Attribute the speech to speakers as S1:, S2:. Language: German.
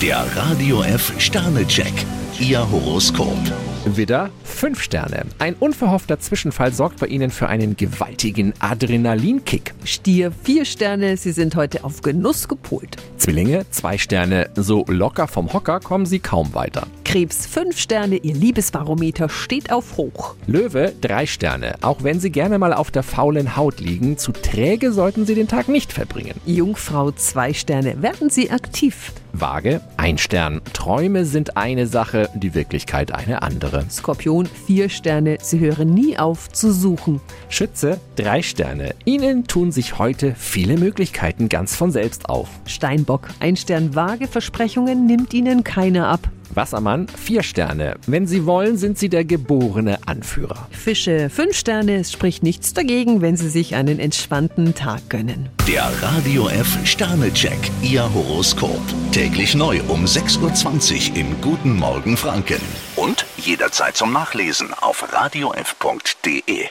S1: Der Radio F Sternecheck, Ihr Horoskop.
S2: Widder, fünf Sterne. Ein unverhoffter Zwischenfall sorgt bei Ihnen für einen gewaltigen Adrenalinkick.
S3: Stier, vier Sterne, Sie sind heute auf Genuss gepolt.
S2: Zwillinge, zwei Sterne. So locker vom Hocker kommen Sie kaum weiter.
S3: Krebs, fünf Sterne, Ihr Liebesbarometer steht auf hoch.
S2: Löwe, drei Sterne. Auch wenn Sie gerne mal auf der faulen Haut liegen, zu träge sollten Sie den Tag nicht verbringen.
S3: Jungfrau, zwei Sterne, werden Sie aktiv.
S2: Waage, ein Stern. Träume sind eine Sache, die Wirklichkeit eine andere.
S3: Skorpion, vier Sterne, Sie hören nie auf zu suchen.
S2: Schütze, drei Sterne. Ihnen tun sich heute viele Möglichkeiten ganz von selbst auf.
S3: Steinbock, ein Stern, vage Versprechungen nimmt Ihnen keiner ab.
S2: Wassermann, vier Sterne. Wenn Sie wollen, sind Sie der geborene Anführer.
S3: Fische, fünf Sterne, es spricht nichts dagegen, wenn Sie sich einen entspannten Tag gönnen.
S1: Der Radio F Sternecheck, Ihr Horoskop. Täglich neu um 6.20 Uhr im Guten Morgen Franken. Und jederzeit zum Nachlesen auf radiof.de.